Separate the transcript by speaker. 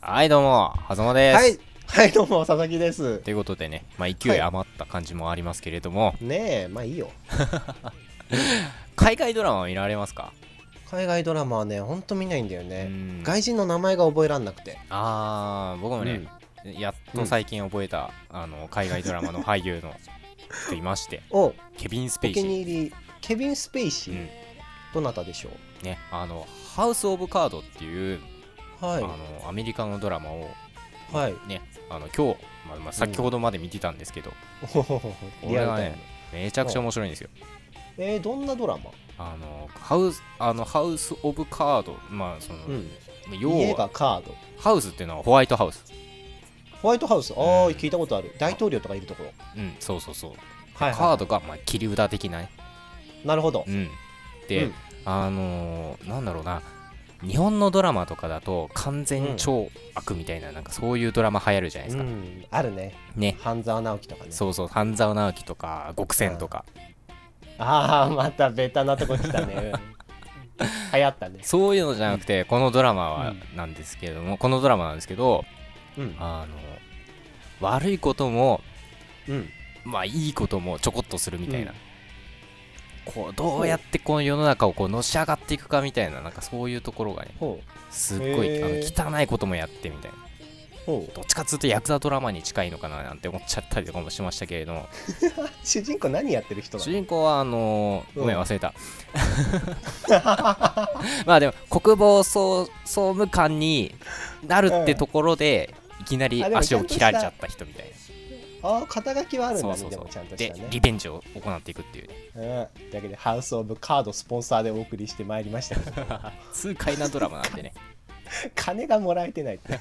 Speaker 1: はいどうも狭間です、
Speaker 2: はい、はい、どうも、佐々木です。
Speaker 1: ということでね、まあ、勢い余った感じもありますけれども、
Speaker 2: ねえ、まあいいよ。
Speaker 1: 海外ドラマ見られますか、
Speaker 2: 海外ドラマはね、ほんと見ないんだよ
Speaker 1: う
Speaker 2: ね。
Speaker 1: ん
Speaker 2: 外人の名前が覚えらんなくて。
Speaker 1: あー僕もね、やっと最近覚えた、あの海外ドラマの俳優の人いまして
Speaker 2: おお
Speaker 1: ケビン・スペ
Speaker 2: 気
Speaker 1: イシー、
Speaker 2: に入り、ケビン・スペイシ
Speaker 1: う
Speaker 2: ー、
Speaker 1: ん
Speaker 2: どなたでしょ
Speaker 1: ね、あのハウス・オブ・カードっていう、
Speaker 2: うは
Speaker 1: あのアメリカのドラマを、
Speaker 2: い。はい。
Speaker 1: ね、あの今日、まあまあ、先ほどまで見てたんですけど、
Speaker 2: おほほほ リアルタイム
Speaker 1: こ。めちゃくちゃ面白いんですよ。
Speaker 2: えー、どんなドラマ
Speaker 1: あのハウスあのハウス・オブ・カード、まあその
Speaker 2: うん。
Speaker 1: 要
Speaker 2: 家
Speaker 1: は
Speaker 2: がカード。
Speaker 1: ハウスっていうのはホワイトハウス、
Speaker 2: ホワイトハウス。ああ
Speaker 1: う、ん
Speaker 2: 聞いたことある。大統領とかいるところ。
Speaker 1: うん、そうそうそう、
Speaker 2: は
Speaker 1: カードが、まあ、切り札的なね、
Speaker 2: なるほど
Speaker 1: う。ん、で、
Speaker 2: うん
Speaker 1: あのーなんだろうな日本のドラマとかだと完全超悪みたいな,、なんかそういうドラマ流行るじゃないで
Speaker 2: う
Speaker 1: すか、
Speaker 2: ん、あるね。
Speaker 1: ね
Speaker 2: 半沢直樹とかね。
Speaker 1: そうそう半沢直樹とか極戦とか、
Speaker 2: ああ、またベタなとこ来たね。うん 流行ったね。
Speaker 1: そういうのじゃなくてこのドラマは
Speaker 2: う
Speaker 1: なんですけれども、このドラマなんですけど
Speaker 2: うん。
Speaker 1: あの悪いことも
Speaker 2: うん。
Speaker 1: まあいいこともちょこっとするみたいな、
Speaker 2: うん
Speaker 1: こうどうやってこの世の中をこうのし上がっていくかみたいななんかそういうところがね
Speaker 2: ほ
Speaker 1: すっごい
Speaker 2: へ
Speaker 1: あ
Speaker 2: ー
Speaker 1: の汚いこともやってみたいな
Speaker 2: う。ほう。
Speaker 1: どっちかっつうとヤクザドラマに近いのかななんて思っちゃったりとかもしましたけれども
Speaker 2: 主人公何やってる人な
Speaker 1: 主人公はあのー
Speaker 2: うん
Speaker 1: ごめん忘れた まあでも国防総総務官になるってところで、いきなり
Speaker 2: あでも
Speaker 1: 足を切られちゃった人みたい
Speaker 2: のああ肩書きはあ
Speaker 1: な
Speaker 2: るんだ
Speaker 1: そう
Speaker 2: ね
Speaker 1: そう
Speaker 2: で
Speaker 1: そ
Speaker 2: もちゃんと
Speaker 1: う
Speaker 2: し
Speaker 1: で
Speaker 2: たね
Speaker 1: リベンジを行っていくっていうね
Speaker 2: うん、だけでハウス・オブ・カードスポンサーでお送りしてまいりましたけど
Speaker 1: 痛快なドラマなんでね
Speaker 2: 金がもらえてないって